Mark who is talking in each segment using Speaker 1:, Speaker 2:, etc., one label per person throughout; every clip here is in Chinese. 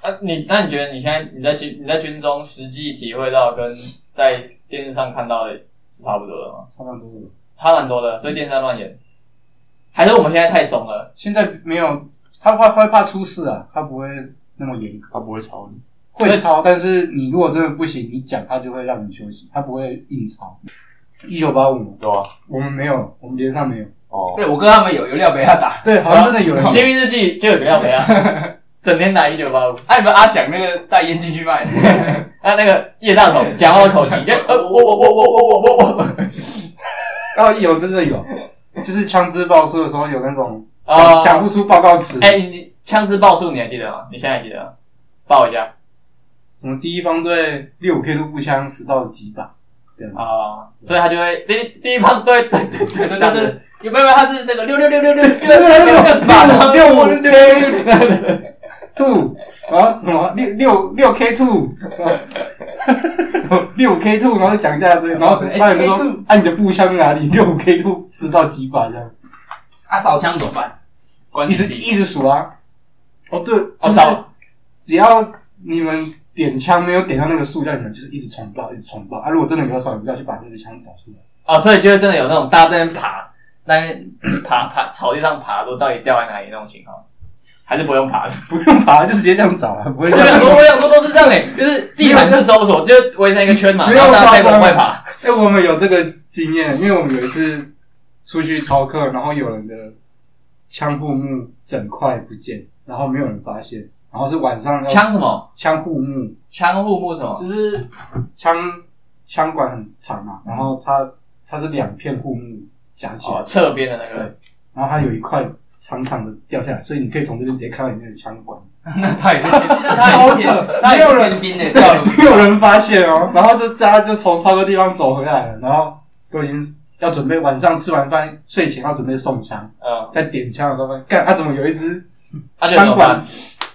Speaker 1: 啊，你那你觉得你现在你在军你在军中实际体会到跟在电视上看到的是差不多的吗？
Speaker 2: 差蛮多的。
Speaker 1: 差蛮多的，所以电视上乱演，还是我们现在太松了？
Speaker 2: 现在没有，他会会怕出事啊，他不会那么严格，
Speaker 3: 他不会吵你。
Speaker 2: 会抄，但是你如果真的不行，你讲他就会让你休息，他不会硬抄。一九八五，
Speaker 3: 对啊，
Speaker 2: 我们没有，我们连上没有。
Speaker 3: 哦，
Speaker 4: 对我哥他们有有料给他打。
Speaker 2: 对，好像真的有人
Speaker 1: 《新兵日记》就有个廖梅啊， 整天打一九八五，啊
Speaker 4: 哎、你们阿翔那个带烟进去卖的，
Speaker 1: 那那个叶大头讲话的口 型，就呃我我我我我我我我
Speaker 2: 哦，有真的有，就是枪支爆出的时候有那种
Speaker 1: 啊，
Speaker 2: 讲不出报告词。
Speaker 1: 哎，你枪支报数你还记得吗？你现在还记得吗？报一下
Speaker 2: 什么第一方队六五 K 路步枪死到几把？
Speaker 1: 啊，所以他就会第第一棒对对对对对
Speaker 4: 对对
Speaker 1: 对
Speaker 4: 对，有没有？他是那个六六六六六六
Speaker 2: 对对对
Speaker 4: 六六十八的，
Speaker 2: 六五 K two 啊，什么六六六 K two，六 K two，然后讲一下这，然后那人说
Speaker 4: SK2
Speaker 2: 按你的步枪哪里？六 K two 吃到几把这样，
Speaker 4: 啊，扫枪怎么办？关
Speaker 2: 一
Speaker 4: 机
Speaker 2: 直一直数啊。哦对，
Speaker 1: 哦少，
Speaker 2: 只要你们点枪没有点到那个数量，你们就是一直重爆，一直重爆啊！如果真的有少，你们就要去把那支枪找出来。
Speaker 1: 哦，所以就会真的有那种大家在那边爬，那边 爬爬草地上爬，都到底掉在哪里那种情况，还是不用爬的。
Speaker 2: 不用爬，就直接这样找啊，不
Speaker 1: 我
Speaker 2: 会这
Speaker 1: 想
Speaker 2: 样。
Speaker 1: 说，我想说都是这样诶、就是地毯式搜索，就围成一个圈嘛，
Speaker 2: 没
Speaker 1: 然
Speaker 2: 有
Speaker 1: 后大家再
Speaker 2: 夸张
Speaker 1: 往外爬。
Speaker 2: 哎、我们有这个经验，因为我们有一次出去操课，然后有人的枪护木整块不见，然后没有人发现，然后是晚上要
Speaker 1: 枪什么？
Speaker 2: 枪护木，
Speaker 1: 枪护木什么？
Speaker 2: 就是枪枪管很长嘛，然后它它是两片护木夹起来，
Speaker 1: 哦，侧边的那个
Speaker 2: 对。然后它有一块长长的掉下来，所以你可以从这边直接看到里面的枪管。
Speaker 4: 那他也是，
Speaker 2: 超扯
Speaker 4: 他
Speaker 2: 没
Speaker 4: 也
Speaker 2: 有
Speaker 4: 是
Speaker 2: 人
Speaker 4: 天兵的，
Speaker 2: 对
Speaker 4: 跳楼，
Speaker 2: 没有人发现哦。然后就大家就从超多地方走回来了，然后都已经要准备晚上吃完饭睡前要准备送枪，
Speaker 1: 嗯，
Speaker 2: 在点枪的时候发现，干，他、啊怎么有一支
Speaker 1: 他就怎
Speaker 2: 枪
Speaker 1: 么
Speaker 2: 管
Speaker 1: 办？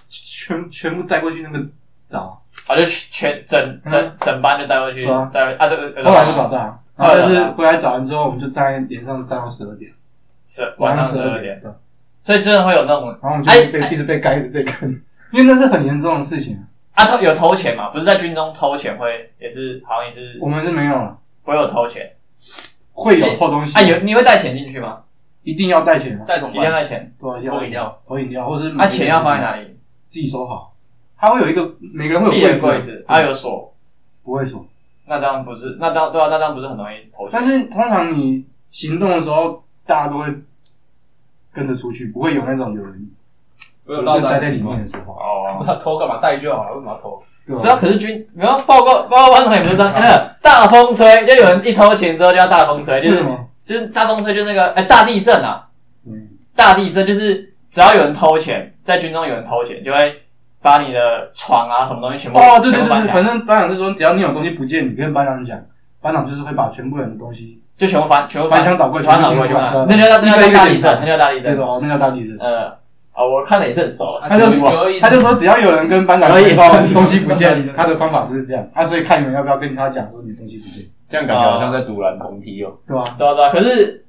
Speaker 2: 全全部带过去那个找，
Speaker 1: 他哦就全整整整班就带过去，
Speaker 2: 嗯对啊
Speaker 1: 带啊这个
Speaker 2: 后来就找到了。
Speaker 1: 后
Speaker 2: 然后
Speaker 1: 来找到
Speaker 2: 但是回来找完之后，我们就站在点上站到十二点，
Speaker 1: 是晚
Speaker 2: 晚
Speaker 1: 上
Speaker 2: 上
Speaker 1: 十
Speaker 2: 十
Speaker 1: 二
Speaker 2: 二
Speaker 1: 点，哎
Speaker 2: 点。对
Speaker 1: 所以真的会有那种
Speaker 2: 然后我们就被一直被干，一直被干，因为那是很严重的事情。
Speaker 1: 啊偷有偷钱嘛？不是在军中偷钱会也是好像也是
Speaker 2: 我们是没有了，
Speaker 1: 会有偷钱
Speaker 2: 会有偷东西
Speaker 1: 啊？有你会带钱进去吗？
Speaker 2: 一定要带钱啊，
Speaker 4: 带桶
Speaker 1: 一定要
Speaker 4: 吧，
Speaker 1: 带钱
Speaker 2: 对啊，
Speaker 4: 偷饮料，
Speaker 2: 投饮料，或是
Speaker 1: 啊？钱要放在
Speaker 2: 哪？
Speaker 1: 哪里？
Speaker 2: 自己收好。它会有一个，每个人
Speaker 1: 自
Speaker 2: 会
Speaker 1: 己
Speaker 2: 有
Speaker 1: 的
Speaker 2: 柜
Speaker 1: 柜
Speaker 2: 子，
Speaker 1: 子，啊有锁，
Speaker 2: 不会锁。
Speaker 1: 那当然不是，那当对啊，那当然不是很容易偷钱。
Speaker 2: 但是通常你行动的时候，大家都会跟着出去，不会有那种有人
Speaker 4: 我
Speaker 2: 有人
Speaker 4: 有落
Speaker 2: 待
Speaker 4: 单
Speaker 2: 在里面。的时候，啊
Speaker 1: 哦，
Speaker 4: 他偷干嘛？带就好了，为什么要偷？
Speaker 2: 对
Speaker 1: 不要，
Speaker 2: 吧？
Speaker 1: 可是军，你要报告报告班长也不是这
Speaker 2: 嗯
Speaker 1: 样，那个大风吹，就有人一偷钱之后就要大风吹，就
Speaker 2: 为
Speaker 1: 是
Speaker 2: 什么？
Speaker 1: 就是大风吹，就是那个哎、大地震啊，
Speaker 2: 嗯，
Speaker 1: 大地震就是只要有人偷钱，在军中有人偷钱，就会把你的床啊什么东西全部
Speaker 2: 哦，对对
Speaker 1: 全部
Speaker 2: 对
Speaker 1: 搬
Speaker 2: 对，
Speaker 1: 起
Speaker 2: 反
Speaker 1: 来，
Speaker 2: 正班长就说，只要你有东西不见，你跟班长讲，班长就是会把全部人的东西，
Speaker 1: 就全部翻全部
Speaker 2: 翻箱倒柜
Speaker 1: 翻箱倒柜
Speaker 2: 全
Speaker 1: 就
Speaker 2: 部清
Speaker 1: 搬
Speaker 2: 出来，
Speaker 1: 那就叫那叫
Speaker 2: 一个一个
Speaker 1: 大地
Speaker 2: 检查
Speaker 1: 震，那叫大地
Speaker 2: 那
Speaker 1: 震
Speaker 2: 个，哦，那叫大地震。
Speaker 1: 呃，啊、我看了也是很熟啊，
Speaker 2: 他就说
Speaker 4: 可以，
Speaker 2: 他就说，只要有人跟班长
Speaker 1: 可以
Speaker 2: 说东西不
Speaker 4: 可 以
Speaker 2: 见，他的方法就是这样。啊，所以看你们要不要跟他讲说你东西不见，
Speaker 3: 这样感觉好像在堵拦同梯哦。
Speaker 2: 对吧？
Speaker 1: 对啊对啊，可是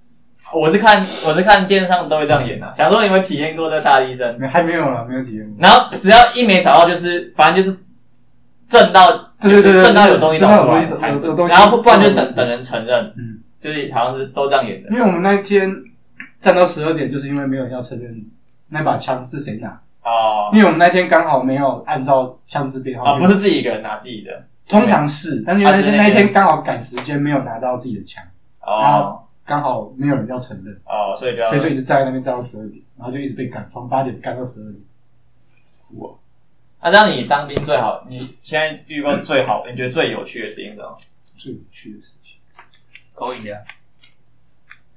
Speaker 1: 我是看我是看电视上都会这样演的、啊，想说你们体验过这大地震。
Speaker 2: 没还没有了，没有体验过。
Speaker 1: 然后只要一没找到，就是反正就是震到，
Speaker 2: 对对对对
Speaker 1: 震到有东西找出来
Speaker 2: 震到
Speaker 1: 才
Speaker 2: 有东西有有东，西
Speaker 1: 然后不不然就
Speaker 2: 找
Speaker 1: 等
Speaker 2: 出来
Speaker 1: 等人承认，
Speaker 2: 嗯，
Speaker 1: 就是好像是都这样演的
Speaker 2: 因。为我们那一天站到十二点，就是因为没有人要承认那把枪是谁拿，
Speaker 1: 哦
Speaker 2: 因为我们那天刚好没有按照枪支编
Speaker 1: 啊，
Speaker 2: 号去。
Speaker 1: 不是自己一个人拿自己的
Speaker 2: 通常是，但是因为那
Speaker 1: 啊
Speaker 2: 天那
Speaker 1: 是那
Speaker 2: 一
Speaker 1: 天
Speaker 2: 天刚好赶时间，没有拿到自己的枪，
Speaker 1: 哦
Speaker 2: 刚好没有人要承认，
Speaker 1: 哦，所以就要
Speaker 2: 嗯所以就一直站在那边站到十二点，然后就一直被赶，从八点赶到十二点。
Speaker 1: 啊，让你当兵最好，你现在遇过最好，你觉得最有趣的事情是什么？
Speaker 2: 最有趣的事情，
Speaker 4: 偷饮料，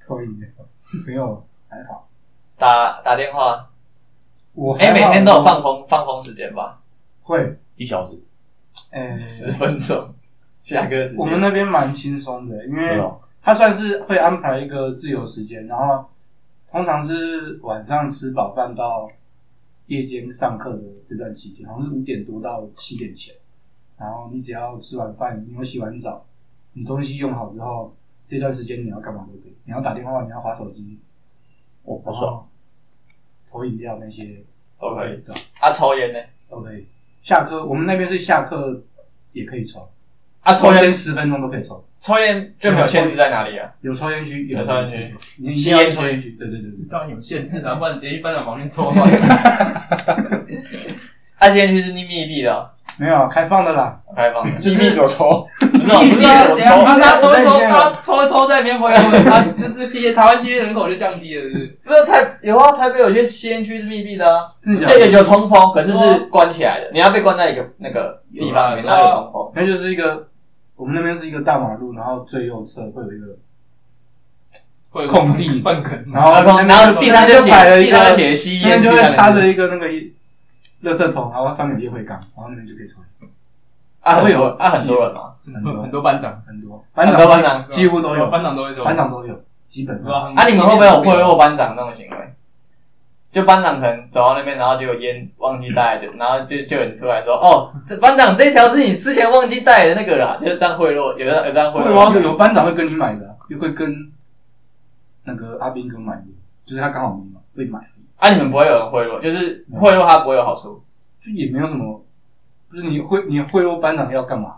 Speaker 2: 抽烟 没有还好，
Speaker 1: 打打电话，
Speaker 2: 我
Speaker 1: 哎，
Speaker 2: 还
Speaker 1: 每
Speaker 2: 好
Speaker 1: 天都有放风放风时间吧，
Speaker 2: 会，
Speaker 3: 一小时，
Speaker 2: 哎，
Speaker 1: 十分钟，下课时间
Speaker 2: 我们那边蛮轻松的，因
Speaker 3: 没
Speaker 1: 啊
Speaker 2: 为。
Speaker 3: 有
Speaker 2: 他算是会安排一个自由时间，然后通常是晚上吃饱饭到夜间上课的这段期间，好像是五点多到七点前。然后你只要吃完饭，你有洗完澡，你东西用好之后，这段时间你要干嘛都可以，你要打电话，你要划手机，
Speaker 3: 我不
Speaker 2: 然
Speaker 3: 爽。
Speaker 2: 后投饮料那些
Speaker 1: 都可以。
Speaker 2: 的，
Speaker 1: 啊，抽烟呢？
Speaker 2: 都可以。下课，我们那边是下课也可以抽，
Speaker 1: 啊，抽
Speaker 2: 间
Speaker 1: 烟
Speaker 2: 十分钟都可以抽，
Speaker 1: 抽烟就没有限制在哪里啊？
Speaker 2: 有抽烟区，
Speaker 1: 有抽烟区，
Speaker 2: 你一定要去抽烟区，对对对对，
Speaker 4: 当然有限制啊，不然直接去班长房间抽啊。
Speaker 1: 啊，吸烟区是密闭的哦，
Speaker 2: 没有啊开放的啦，
Speaker 1: 开放的，
Speaker 3: 就是密走抽，
Speaker 1: 不是哦不是
Speaker 4: 啊，
Speaker 1: 我
Speaker 4: 等一下
Speaker 1: 抽，
Speaker 4: 他他抽一抽，
Speaker 3: 时代变了
Speaker 4: 他抽一抽在那边回来，他就是吸烟，台湾吸烟人口就降低了，是不是？
Speaker 1: 不是台有啊，台北有些吸烟区是密闭的啊，
Speaker 2: 真的假
Speaker 1: 就有
Speaker 2: 的？
Speaker 1: 有通风，可是是关起来的，你要被关在一个那个地方里面，
Speaker 4: 有啊
Speaker 1: 它有通风。
Speaker 2: 那就是一个我们那边是一个大马路，然后最右侧会有一个，
Speaker 4: 会
Speaker 3: 空地
Speaker 4: 半梗，
Speaker 2: 然后
Speaker 1: 然后然后地上就
Speaker 2: 就摆了
Speaker 1: 写，
Speaker 2: 一
Speaker 1: 地上就
Speaker 2: 个，
Speaker 1: 写吸
Speaker 2: 那
Speaker 1: 烟
Speaker 2: 边
Speaker 1: 区，
Speaker 2: 就会插着一个那个垃圾桶，然后上面有烟灰缸，然后那边就可以抽烟，
Speaker 1: 啊，很多啊很多人嘛，
Speaker 2: 很多
Speaker 4: 很多班长，
Speaker 2: 很多，
Speaker 1: 很
Speaker 2: 班
Speaker 1: 多班
Speaker 2: 长
Speaker 1: 长。
Speaker 2: 几乎都有，
Speaker 4: 班长都会抽，
Speaker 2: 班长都有，基本
Speaker 4: 是
Speaker 2: 上。
Speaker 4: 吧？
Speaker 1: 啊，你们会不会有贿赂班长那种行为？就班长可能走到那边，然后就有烟忘记带的，然后就就有人出来说：“哦，这班长这条是你之前忘记带的那个啦。”就是这样贿赂，有的有这样贿
Speaker 2: 然后
Speaker 1: 赂。
Speaker 2: 啊有班长会跟你买的啊，就会跟那个阿兵哥买的，就是他刚好没买，会买，
Speaker 1: 啊，你们不会有人贿赂，就是贿赂他不会有好处。
Speaker 2: 就也没有什么，就是你贿你贿赂班长要干嘛？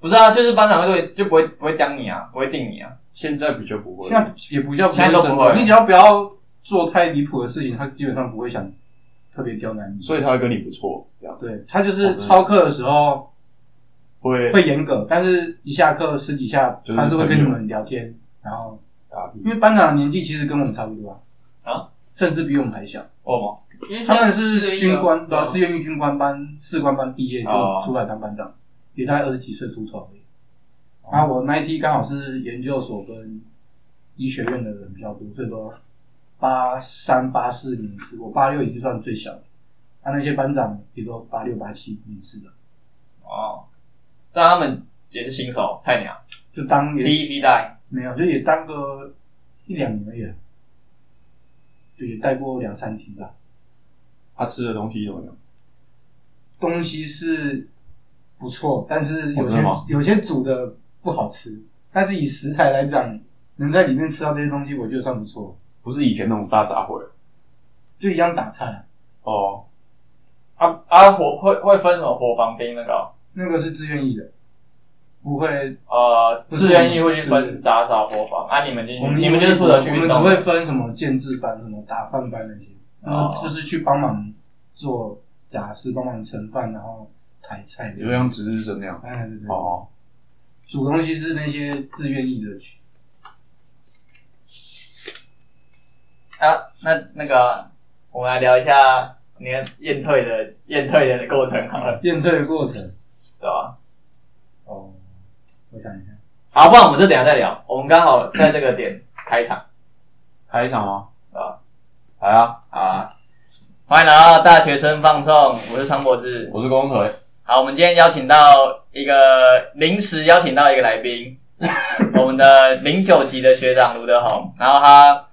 Speaker 1: 不是啊，就是班长会对就不会不会刁你啊，不会定你啊。
Speaker 3: 现在比较不会
Speaker 2: 现。在也不叫
Speaker 1: 现在都不会
Speaker 2: 你只要不要做太离谱的事情，他基本上不会想特别刁难你。
Speaker 3: 所以他会跟你不错，这样
Speaker 2: 对他就是操课的时候
Speaker 3: 会
Speaker 2: 会严格，但是一下课私底下
Speaker 3: 就是
Speaker 2: 他是会跟你
Speaker 3: 朋友
Speaker 2: 们聊天，然后
Speaker 3: 打屁
Speaker 2: 因为班长的年纪其实跟我们差不多啊，
Speaker 1: 啊，
Speaker 2: 甚至比我们还小。
Speaker 1: 我吗？
Speaker 4: 因为
Speaker 2: 他们是军官，
Speaker 4: 对
Speaker 2: 对
Speaker 4: 啊
Speaker 2: 啊，志愿役军官班、士官班毕业就
Speaker 1: 哦
Speaker 2: 出来当班长，也大概二十几岁出头而
Speaker 1: 哦
Speaker 2: 已。啊，我那一期刚好是研究所跟医学院的人比较多，最多八三八四年次，我八六已经算最小的。他、那些班长也都八六八七年次的，
Speaker 1: 哦，但他们也是新手菜鸟，
Speaker 2: 就当也
Speaker 1: 第一批带。
Speaker 2: 没有，就也当个一两年而已啊，就也带过两三题吧。
Speaker 3: 他吃的东西怎么样？
Speaker 2: 东西是不错，但是
Speaker 3: 哦
Speaker 2: 有
Speaker 3: 真
Speaker 2: 些、
Speaker 3: 的吗
Speaker 2: 有些煮的不好吃。但是以食材来讲，能在里面吃到这些东西，我觉得算不错。
Speaker 3: 不是以前那种大杂烩
Speaker 2: 就一样打菜啊，
Speaker 3: 哦，
Speaker 1: 啊啊，火会会分什么火防兵那个哦
Speaker 2: 那个是自愿意的，不会。
Speaker 1: 呃，
Speaker 2: 不是
Speaker 1: 志愿役会去
Speaker 2: 对对
Speaker 1: 分杂草火防啊，你们进
Speaker 2: 我
Speaker 1: 去，
Speaker 2: 们
Speaker 1: 你们就是负责去
Speaker 2: 我们
Speaker 1: 运
Speaker 2: 只
Speaker 1: 动
Speaker 2: 会分什么建制班、什么打饭班那些，
Speaker 1: 哦
Speaker 2: 那就是去帮忙做杂事，帮忙盛饭，然后抬菜
Speaker 3: 你
Speaker 2: 的
Speaker 3: 就。像值日生那样。
Speaker 2: 哎，对对对，
Speaker 3: 哦，
Speaker 2: 煮东西是那些自愿意的去。
Speaker 1: 啊。那那个，我们来聊一下你的验退的验退的过程好了，
Speaker 2: 验退的过程。
Speaker 1: 对吧？
Speaker 2: 哦，我想一下，
Speaker 1: 好，不然我们就等一下再聊。我们刚好在这个点开场
Speaker 3: 开一场吗？
Speaker 1: 啊，
Speaker 3: 来啊！
Speaker 1: 好啊。欢迎来到大学生放送，我是常博志。
Speaker 3: 我是公腿，
Speaker 1: 好，我们今天邀请到一个临时邀请到一个来宾，我们的零九级的学长卢德宏，然后他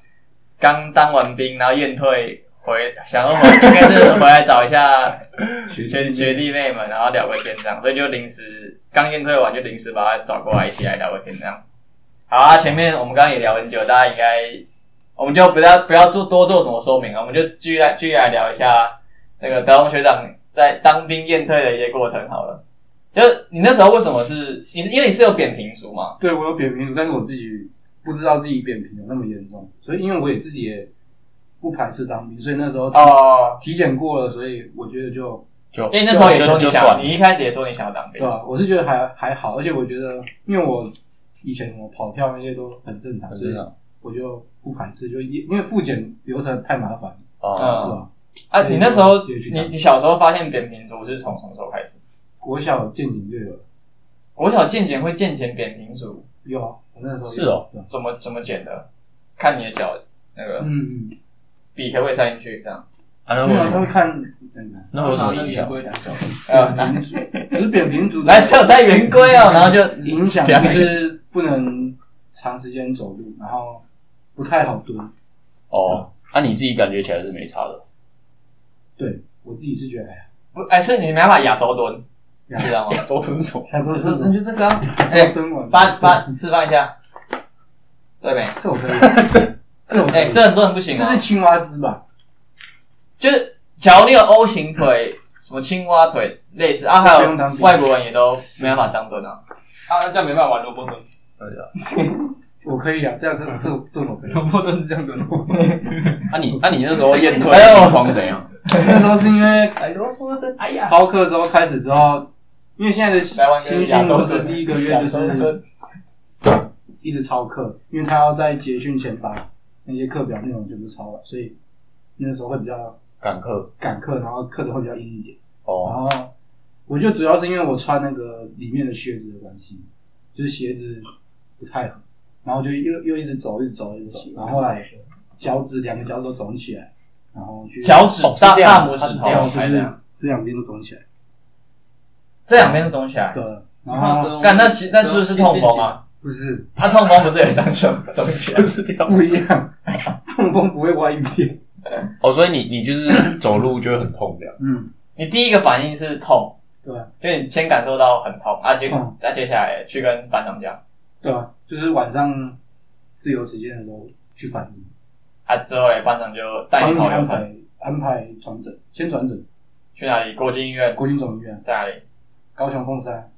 Speaker 1: 刚当完兵，然后验退回，想说回应该是回来找一下
Speaker 3: 嗯
Speaker 1: 学学弟妹们，然后聊个天这样，所以就临时刚验退完就临时把他找过来一起来聊个天这样。好啊，前面我们刚刚也聊很久，大家应该我们就不要不要做多做什么说明了，我们就继续来继续来聊一下那个德宏学长在当兵验退的一些过程好了。就是你那时候为什么是你是因为你是有扁平足嘛？
Speaker 2: 对我有扁平足，但是我自己不知道自己扁平有那么严重，所以因为我也自己也不排斥当兵，所以那时候
Speaker 1: 哦，
Speaker 2: 体检过了，所以我觉得就
Speaker 3: 就
Speaker 1: 因为那时候也说你
Speaker 3: 就就
Speaker 1: 想，
Speaker 3: 算
Speaker 1: 你一开始也说你想要当
Speaker 2: 对
Speaker 3: 哎
Speaker 2: 啊
Speaker 1: 兵，
Speaker 2: 吧、我是觉得还还好，而且我觉得因为我以前什么跑跳那些都很正常，
Speaker 3: 很
Speaker 2: 所
Speaker 3: 正
Speaker 2: 以
Speaker 3: 常
Speaker 2: 我就不排斥，就因因为复检流程太麻烦，
Speaker 3: 哦，
Speaker 2: 对
Speaker 1: 嗯
Speaker 2: 吧？
Speaker 1: 啊，你那时候
Speaker 2: 继续
Speaker 1: 你
Speaker 2: 当
Speaker 1: 你小时候发现扁平足是从什么时候开始？
Speaker 2: 国小健检就有了，
Speaker 1: 国小健检会健检扁平足，
Speaker 2: 有啊，我那时候有
Speaker 3: 是哦，
Speaker 2: 对吧
Speaker 1: 怎么怎么检的？看你的脚那个
Speaker 2: 嗯嗯，
Speaker 1: 笔可不可以塞进去这样？
Speaker 3: 啊，那
Speaker 2: 没有他
Speaker 3: 我
Speaker 2: 会看那个
Speaker 3: 那有什么
Speaker 4: 那
Speaker 3: 影
Speaker 4: 个圆
Speaker 3: 响？
Speaker 4: 规两角，
Speaker 1: 啊，
Speaker 2: 扁 平足，只是扁平足的
Speaker 1: 来是有带圆规哦，然后就
Speaker 2: 影响就是不能长时间走路，然后不太好蹲。
Speaker 3: 哦，那你自己感觉起来是没差的，
Speaker 2: 对我自己是觉得还好，
Speaker 1: 不哎，是你没办法亚洲蹲，
Speaker 2: 亚
Speaker 1: 知 道吗？
Speaker 3: 周成手
Speaker 2: 下周
Speaker 1: 那就这个啊，直
Speaker 2: 这
Speaker 1: 接
Speaker 2: 蹲完
Speaker 1: 八八示范一下，对没？
Speaker 2: 这我 可以，这我可
Speaker 1: 哎、
Speaker 2: 以，
Speaker 1: 这很多人不行、
Speaker 2: 这
Speaker 1: 啊，
Speaker 2: 是青蛙姿吧？
Speaker 1: 就是，假如你有 O 型腿、什么青蛙腿类似啊，还
Speaker 2: 不
Speaker 1: 有
Speaker 2: 用当兵
Speaker 1: 外国人也都没办法当蹲啊。
Speaker 5: 啊，这样没办法，萝卜蹲，
Speaker 2: 我可以啊，这样这这这我 可以。
Speaker 5: 萝卜蹲是这样蹲的。
Speaker 3: 啊你啊你那时候验退
Speaker 1: 哎呦
Speaker 3: 状况怎 样？
Speaker 2: 那时候是因为
Speaker 4: 哎呦，我
Speaker 2: 啊
Speaker 4: 的哎呀，
Speaker 2: 逃课之后开始之后，因为现在的
Speaker 5: 台湾跟
Speaker 2: 新
Speaker 5: 亚
Speaker 2: 训
Speaker 5: 洲
Speaker 2: 都
Speaker 5: 的
Speaker 2: 是第一个月就是一直抄课，因为他要在结训前把那些课表内容全部抄完，所以那时候会比较
Speaker 3: 赶课
Speaker 2: 赶课，然后课程会比较硬一点。然
Speaker 3: 哦，
Speaker 2: 后我觉得主要是因为我穿那个里面的靴子的关系，就是鞋子不太合，然后就又又一直走，一直走，一直走，然后后来脚趾两个脚趾都肿起来，然后去
Speaker 1: 脚趾
Speaker 3: 哦是
Speaker 1: 大
Speaker 3: 这样
Speaker 1: 大拇
Speaker 3: 它是
Speaker 1: 指
Speaker 3: 这
Speaker 1: 头
Speaker 3: 样
Speaker 2: 掉就
Speaker 1: 还这
Speaker 2: 是
Speaker 1: 样，
Speaker 2: 这两边都肿起来，
Speaker 1: 这两边都肿起来
Speaker 2: 对。，然后
Speaker 1: 干那其那是不是痛风啊？
Speaker 2: 不是。
Speaker 1: 他痛风不是也当手肿起来？
Speaker 3: 是这样
Speaker 2: 不一样， 痛风不会歪一边。
Speaker 3: 哦，所以你你就是走路就会很痛这样。
Speaker 2: 嗯，
Speaker 1: 你第一个反应是痛，
Speaker 2: 对啊，
Speaker 1: 就你先感受到很痛，啊接
Speaker 2: 痛
Speaker 1: 再接下来去跟班长讲，
Speaker 2: 对啊，就是晚上自由时间的时候去反应，
Speaker 1: 啊之后嘞班长就带
Speaker 2: 帮
Speaker 1: 你
Speaker 2: 你
Speaker 1: 跑流程，
Speaker 2: 安排安排转诊，先转诊
Speaker 1: 去哪里？国际医院
Speaker 2: 国军总医院，
Speaker 1: 在哪里？
Speaker 2: 高雄凤山，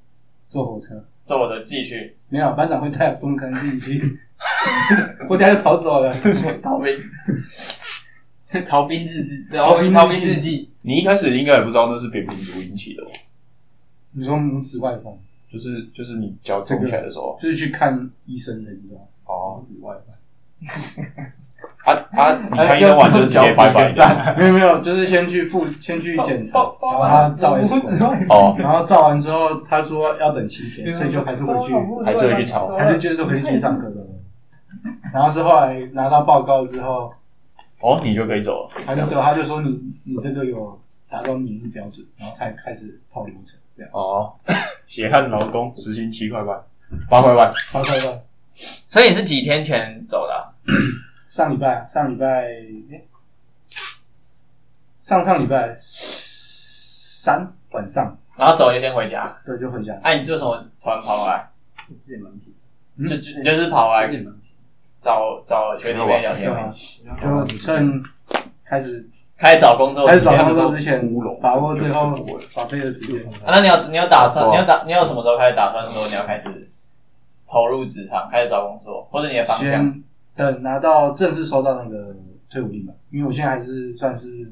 Speaker 2: 坐火车。
Speaker 1: 坐我的自己去，
Speaker 2: 没有，啊班长会带我中坑自己去， 我等下就 逃走了。
Speaker 1: 逃 兵。
Speaker 4: 逃兵日记，对
Speaker 2: 逃兵日记
Speaker 4: 逃兵日记，
Speaker 3: 你一开始应该也不知道那是扁平足引起的哦，
Speaker 2: 你说拇指外翻，
Speaker 3: 就是就是你脚肿起来的时候
Speaker 2: 就是去看医生的，你知道吗？
Speaker 3: 哦
Speaker 2: 拇指外翻。
Speaker 3: 啊啊！你看医生完就是直接拜拜的
Speaker 1: 啊
Speaker 2: 没有没有，就是先去复先去检查，然
Speaker 4: 报
Speaker 2: 后他照 X 光，
Speaker 3: 哦，
Speaker 2: 然后照完之后，他说要等七天，所以就还是回去，
Speaker 3: 还是会去吵
Speaker 2: 还是觉得回去上课的。然后是后来拿到报告之后，
Speaker 3: 哦，你就可以走了。
Speaker 2: 还是得他就说你你这个有达到免疫标准，然后才开始跑流程，这样
Speaker 3: 哦，血汗劳工，时薪七块半，八块半。
Speaker 2: 跑快快。
Speaker 1: 所以你是几天前走的啊、
Speaker 2: 上礼拜上礼拜诶上上礼拜三晚上，
Speaker 1: 然后走就先回家。
Speaker 2: 对，就回家。
Speaker 1: 哎、你就什么突然跑过来？
Speaker 5: 也蛮皮，
Speaker 2: 嗯
Speaker 1: 就就你就是跑过来
Speaker 5: 也蛮皮。
Speaker 1: 找找学弟妹聊
Speaker 2: 对
Speaker 1: 天
Speaker 2: 啊
Speaker 1: 吗？，
Speaker 2: 就趁开始
Speaker 1: 开始找工作，
Speaker 2: 开始找工作之前
Speaker 3: 乌龙，
Speaker 2: 把握最后耍废的时间。
Speaker 1: 啊，那你有你有打算，
Speaker 3: 哇
Speaker 1: 你有打你有什么时候开始打算说你要开始投入职场，开始找工作，或者你的方向？
Speaker 2: 先等拿到正式收到那个退伍令吧，因为我现在还是算是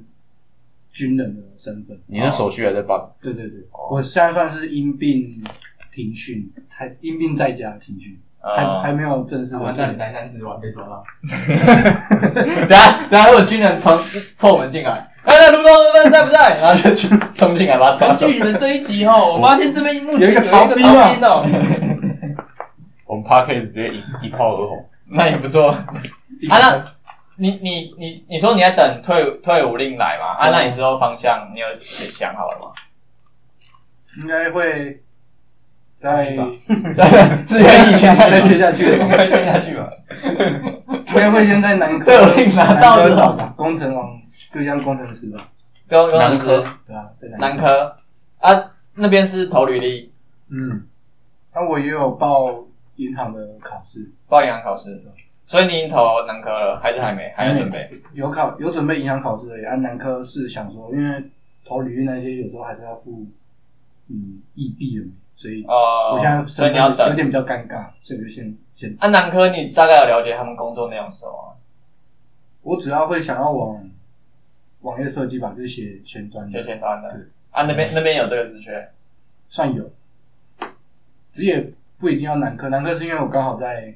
Speaker 2: 军人的身份。
Speaker 3: 你那手续还在办？
Speaker 2: 对对对，
Speaker 3: 哦
Speaker 2: 我现在算是因病停训，还因病在家停训，还还
Speaker 1: 呃，
Speaker 2: 没有正式
Speaker 5: 那完
Speaker 2: 完
Speaker 5: 蛋，
Speaker 2: 全
Speaker 5: 你。待三次晚被抓到，
Speaker 1: 等一下等一下，如果军人从破门进来，哎，那卢东在在不在？然后就去冲进来把他抓
Speaker 4: 根
Speaker 1: 走。
Speaker 4: 据你们这一集哦，我发现这边目
Speaker 2: 有
Speaker 4: 前
Speaker 2: 一
Speaker 4: 有
Speaker 2: 个
Speaker 4: 一个逃
Speaker 2: 逃
Speaker 4: 兵
Speaker 2: 兵啊
Speaker 4: 哦，
Speaker 3: 我们 p a r k a s 直接一一炮而红。
Speaker 1: 那也不错。啊，那你你你你说你在等退退伍令来嘛？啊，那你之后方向你有想好了吗？
Speaker 2: 应该会在
Speaker 1: 自愿意 签下
Speaker 2: 再接
Speaker 1: 去，
Speaker 2: 下去，
Speaker 1: 应该签下去嘛？
Speaker 2: 应该会先在南 科
Speaker 1: 对我令拿到
Speaker 2: 南科
Speaker 1: 了
Speaker 2: 找吧，工程网各项工程师吧，
Speaker 1: 高高
Speaker 3: 南科
Speaker 2: 对啊，在南科
Speaker 1: 南科啊，那边是投履历、
Speaker 2: 嗯，那我也有报银行的考试，
Speaker 1: 报银行考试，所以你已经投南科了，还是还没？还在准备？
Speaker 2: 有考有准备银行考试的也按南科是想说，因为投履历那些有时候还是要付嗯异币的，所以
Speaker 1: 哦
Speaker 2: 我现在，
Speaker 1: 所以
Speaker 2: 身
Speaker 1: 你要
Speaker 2: 份有
Speaker 1: 等。
Speaker 2: 点比较尴尬，所以我就先先
Speaker 1: 啊，南科你大概有了解他们工作内容是什么
Speaker 2: 我主要会想要往网页设计吧，就是写前端
Speaker 1: 吗？
Speaker 2: 的
Speaker 1: 学前端的
Speaker 2: 对
Speaker 1: 啊，那
Speaker 2: 嗯
Speaker 1: 边那边有这个职缺
Speaker 2: 算有，其实也不一定要南科，南科是因为我刚好在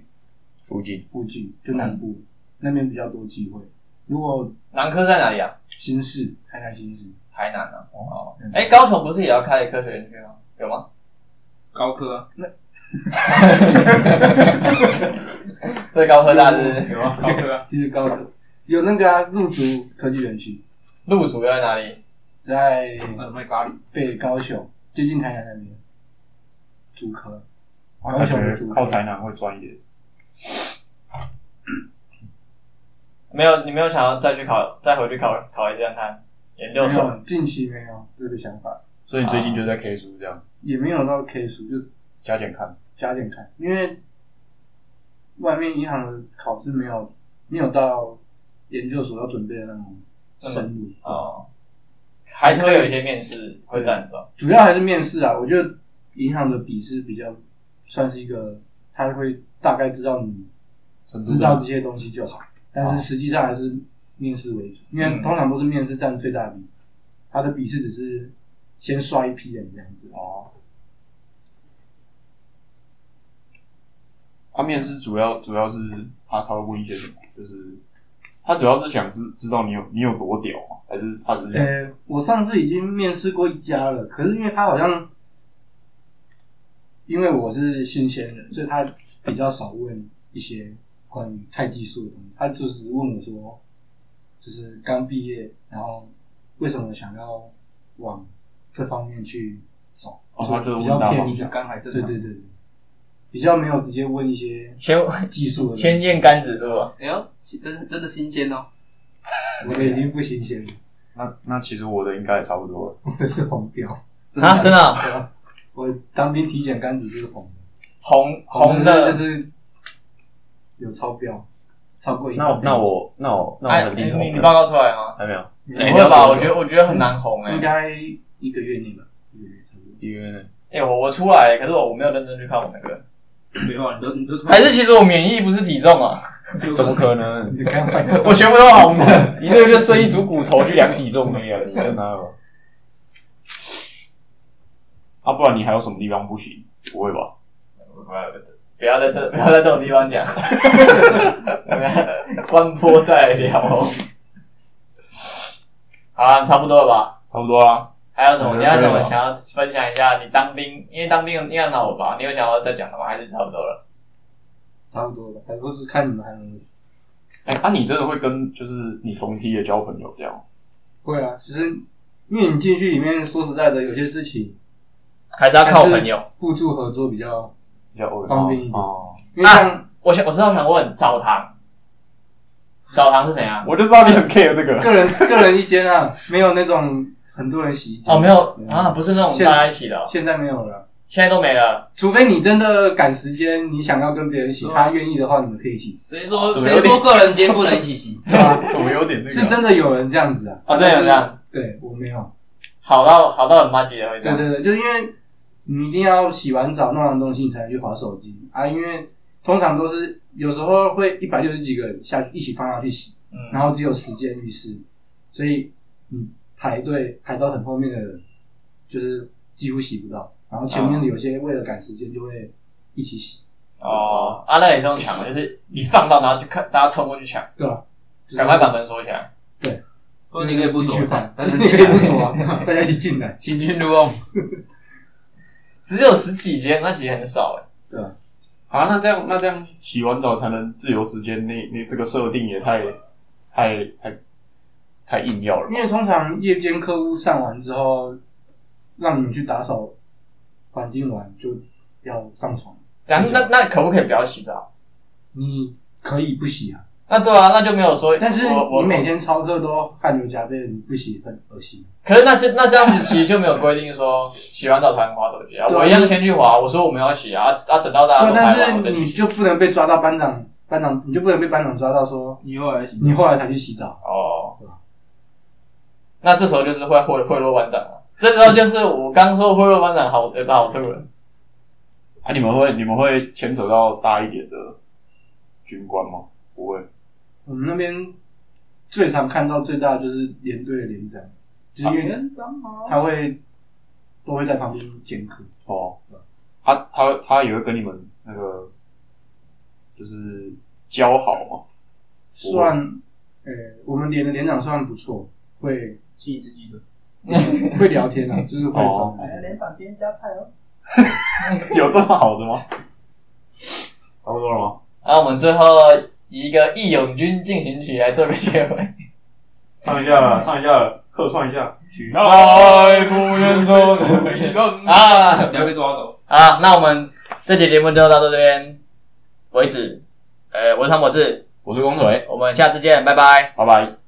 Speaker 3: 附近
Speaker 2: 附近，就南部、
Speaker 1: 嗯
Speaker 2: 那边比较多机会。如果
Speaker 1: 南科在哪里啊？
Speaker 2: 新市台南新市，
Speaker 1: 台南啊。哦
Speaker 2: 嗯，
Speaker 1: 哎，高雄不是也要开科学园区吗？有吗？
Speaker 5: 高科
Speaker 1: 对，高科大是
Speaker 5: 有啊，高 科
Speaker 2: 其实高有那个啊，入竹科技园区
Speaker 1: 入主要在哪里？
Speaker 2: 在
Speaker 5: 呃卖咖喱，
Speaker 2: 北高雄，接近台南那边，竹科，高
Speaker 3: 感
Speaker 2: 雄的
Speaker 3: 觉
Speaker 2: 竹科
Speaker 3: 靠台南会专业。
Speaker 1: 没有，你没有想要再去考，再回去考考一次看看研究
Speaker 2: 没
Speaker 1: 所？
Speaker 2: 有，近期没有这个想法，
Speaker 3: 所以你最近就在 K 书这样
Speaker 2: 也没有到 K 数，就
Speaker 3: 加减看。
Speaker 2: 加点看，因为外面银行的考试没有啊没有到研究所要准备的那么深入，
Speaker 1: 哦，还是会有一些面试会占到。
Speaker 2: 主要还是面试啊，我觉得银行的笔试比较算是一个，他会大概知道你知道这些东西就好，但是实际上还是面试为主，因
Speaker 3: 嗯
Speaker 2: 为通常都是面试占最大比，他的笔试只是先刷一批人这样子。
Speaker 3: 哦。他啊面试主要主要是他他会问一些什么？就是他主要是想知知道你有你有多屌吗？还是他只是
Speaker 2: 呃、我上次已经面试过一家了，可是因为他好像，因为我是新鲜人，所以他比较少问一些关于太技术的东西。他就是问我说，就是刚毕业，然后为什么想要往这方面去走？
Speaker 3: 哦他就
Speaker 2: 比
Speaker 3: 问
Speaker 2: 较
Speaker 3: 大
Speaker 2: 偏
Speaker 3: 方
Speaker 2: 一
Speaker 5: 就
Speaker 2: 点，
Speaker 5: 刚还正
Speaker 2: 对
Speaker 5: 常。
Speaker 2: 对对对，比较没有直接问一些
Speaker 1: 先
Speaker 2: 技 术的东西。
Speaker 1: 先见甘子是吧？
Speaker 4: 哎呦，真真的新鲜哦！
Speaker 2: 我的已经不新鲜了，
Speaker 3: 那那其实我的应该也差不多了。
Speaker 2: 我的是红标。
Speaker 1: 啊，真的啊
Speaker 2: 我当兵体检杆子是红的。
Speaker 1: 红红的
Speaker 2: 就，是有超标，超过一
Speaker 3: 那我那我那我那
Speaker 1: 哎，
Speaker 3: 我很低头。
Speaker 1: 你你报告出来了吗？
Speaker 3: 还没有？
Speaker 1: 哎，
Speaker 3: 哎
Speaker 1: 你要吧，
Speaker 3: 你要多
Speaker 1: 我
Speaker 3: 久
Speaker 1: 觉得我觉得很难红哎
Speaker 2: 应。该一个月内吧，一个月差不多。
Speaker 3: 因为
Speaker 1: 哎，我我出来了，可是我我没有认真去看我那个，
Speaker 5: 没有啊，你都你都突
Speaker 1: 还是其实我免疫不是体重啊，
Speaker 3: 怎么可能？
Speaker 2: 你看换个
Speaker 1: 我全部都红的。
Speaker 3: 你那个就剩 一组骨头去量体重而已啊，你在哪有？啊，不然你还有什么地方不行？不会吧？
Speaker 1: 不要在这，不要在这种地 方讲，我们关播再来聊哦。好啊，差不多了吧？
Speaker 3: 差不多啦。
Speaker 1: 还有什么？
Speaker 3: 嗯
Speaker 1: 你要怎么
Speaker 3: 对啊
Speaker 1: 想要分享一下你当兵？因为当兵应该很好吧？你有想要再讲的吗？还是差不多了？
Speaker 2: 差不多吧，还不是看你们还能
Speaker 3: 哎、那、你真的会跟就是你同梯的交朋友这样？
Speaker 2: 会啊，就是因为你进去里面，说实在的，有些事情
Speaker 1: 还是要靠朋友。
Speaker 2: 互助合作比较，
Speaker 3: 比较偶然
Speaker 2: 方便一点
Speaker 3: 哦。
Speaker 2: 因为像
Speaker 1: 我想，我知道想问澡堂，澡堂是怎样？
Speaker 3: 我就知道你很 care 这个。
Speaker 2: 个人个人一间啊，没有那种很多人洗衣间
Speaker 1: 哦，没有
Speaker 2: 对
Speaker 1: 啊，不是那种
Speaker 2: 嗯现
Speaker 1: 大家一起的哦，
Speaker 2: 现在没有了，
Speaker 1: 现在都没了。
Speaker 2: 除非你真的赶时间，你想要跟别人洗，
Speaker 4: 对啊
Speaker 2: 他愿意的话，你们可以 一起，
Speaker 4: 谁
Speaker 5: 哦
Speaker 4: 说
Speaker 3: 怎么
Speaker 4: 谁
Speaker 3: 有点
Speaker 4: 说个人间不能一 起洗？
Speaker 2: 是吧？
Speaker 3: 怎么有点那
Speaker 2: 是真的有人这样子啊？
Speaker 1: 啊哦，真的有这样，啊
Speaker 2: 对我没有。
Speaker 1: 好到好到很垃圾的会这
Speaker 2: 对
Speaker 1: 样。
Speaker 2: 对对，就是因为你一定要洗完澡弄完东西，你才能去划手机啊。因为通常都是有时候会一百六十几个人下去一起放下去洗，
Speaker 1: 嗯，
Speaker 2: 然后只有十间浴室，所以你排队排到很后面的人，就是几乎洗不到。然后前面的有些为了赶时间就会一起洗，
Speaker 1: 哦，啊，那也是用抢的，就是你放到然后就看大家冲过去抢，
Speaker 2: 对吧？就是
Speaker 1: 赶快把门锁起来。
Speaker 4: 说你可以不
Speaker 2: 进
Speaker 4: 走
Speaker 2: 去，
Speaker 4: 但
Speaker 2: 换，
Speaker 4: 但 是
Speaker 2: 你可以不 锁啊，大家一起进来，
Speaker 4: 请君入
Speaker 5: 哦
Speaker 4: 瓮。
Speaker 1: 只有十几间，那其实很少哎。
Speaker 2: 对吧？
Speaker 3: 啊，那这样那这样洗完澡才能自由时间，那那这个设定也太太太太硬要了
Speaker 2: 因。为通常夜间客户上完之后，让你们去打扫环境完，就要上床。
Speaker 1: 然后那那可不可以不要洗澡？
Speaker 2: 你可以不洗啊，
Speaker 1: 那对啊，那就没有说。
Speaker 2: 但是
Speaker 1: 我我
Speaker 2: 你每，天操课都汗流浃背，你不洗很恶心。
Speaker 1: 可是那这那这样子其实就没有规定说洗完澡才能划手机啊。
Speaker 2: 对啊
Speaker 1: 我一样先去划，我说我们要洗啊啊，等到大家
Speaker 2: 对，
Speaker 1: 都
Speaker 2: 但
Speaker 1: 拍完，我
Speaker 2: 是
Speaker 1: 再去
Speaker 2: 你就不能被抓到班长，班长你就不能被班长抓到说
Speaker 1: 嗯
Speaker 5: 你后来行
Speaker 2: 你后来才去洗澡。
Speaker 1: 哦，那这时候就是会贿贿赂班长了。这时候就是我刚说贿赂班长好呃好处了。
Speaker 3: 啊，你们会你们会牵扯到大一点的军官吗？不会。
Speaker 2: 我们那边最常看到最大的就是连队的连长，就是因为
Speaker 5: 人长毛，
Speaker 2: 他会都会在旁边监课。
Speaker 3: 哦，他他他也会跟你们那个就是交好嘛？
Speaker 2: 算，呃，我们连的连长算不错，会
Speaker 5: 亲一只鸡腿。
Speaker 2: 会聊天啊，就是会
Speaker 3: 哦
Speaker 1: 哎
Speaker 2: 装
Speaker 5: 连长今天加菜哦。
Speaker 3: 有这么好的吗？差不多了吗？
Speaker 1: 然啊后我们最后以一个《义勇军进行曲》来做个结 尾。
Speaker 3: 唱一下了，唱一下了，客串一下。曲
Speaker 1: 爱不远走的啊
Speaker 5: 你要被抓走。
Speaker 1: 啊！那我们这期节目就到这边为止。呃，我是汤博士，
Speaker 3: 我是光腿，
Speaker 1: 我们下次见，拜拜。
Speaker 3: 拜拜。